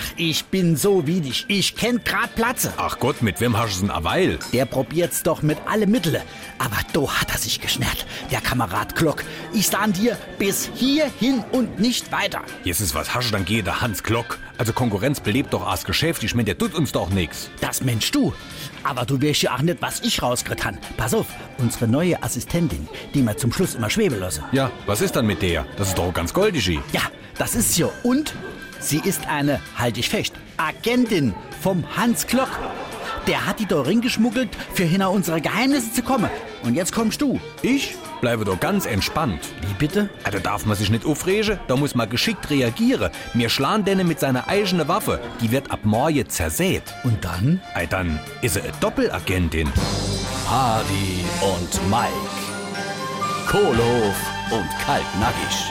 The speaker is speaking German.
Ach, ich bin so widig. Ich kennt grad Platze. Ach Gott, mit wem hast du denn Weil? Der probiert's doch mit alle Mittel. Aber do hat er sich geschnärt, der Kamerad Glock. Ich sah'n dir bis hierhin und nicht weiter. Jesus, was hast du dann geh der Hans Glock? Also Konkurrenz belebt doch as Geschäft, ich mein, der tut uns doch nix. Das Mensch du. Aber du wirst ja auch nicht, was ich rauskriegt han. Pass auf, unsere neue Assistentin, die mir zum Schluss immer schweben lasse. Ja, was ist dann mit der? Das ist doch ganz goldig. Ja, das ist sie. Und sie ist eine, halte ich fest, Agentin vom Hans Glock. Der hat die da geschmuggelt, für hinter unsere Geheimnisse zu kommen. Und jetzt kommst du. Ich bleibe doch ganz entspannt. Wie bitte? Ah, Da darf man sich nicht aufregen, da muss man geschickt reagieren. Mir schlagen denne mit seiner eigenen Waffe, die wird ab morgen zersät. Und dann? Ei, dann ist er eine Doppelagentin. Hardy und Mike, Kohlhof und Kaltnackig.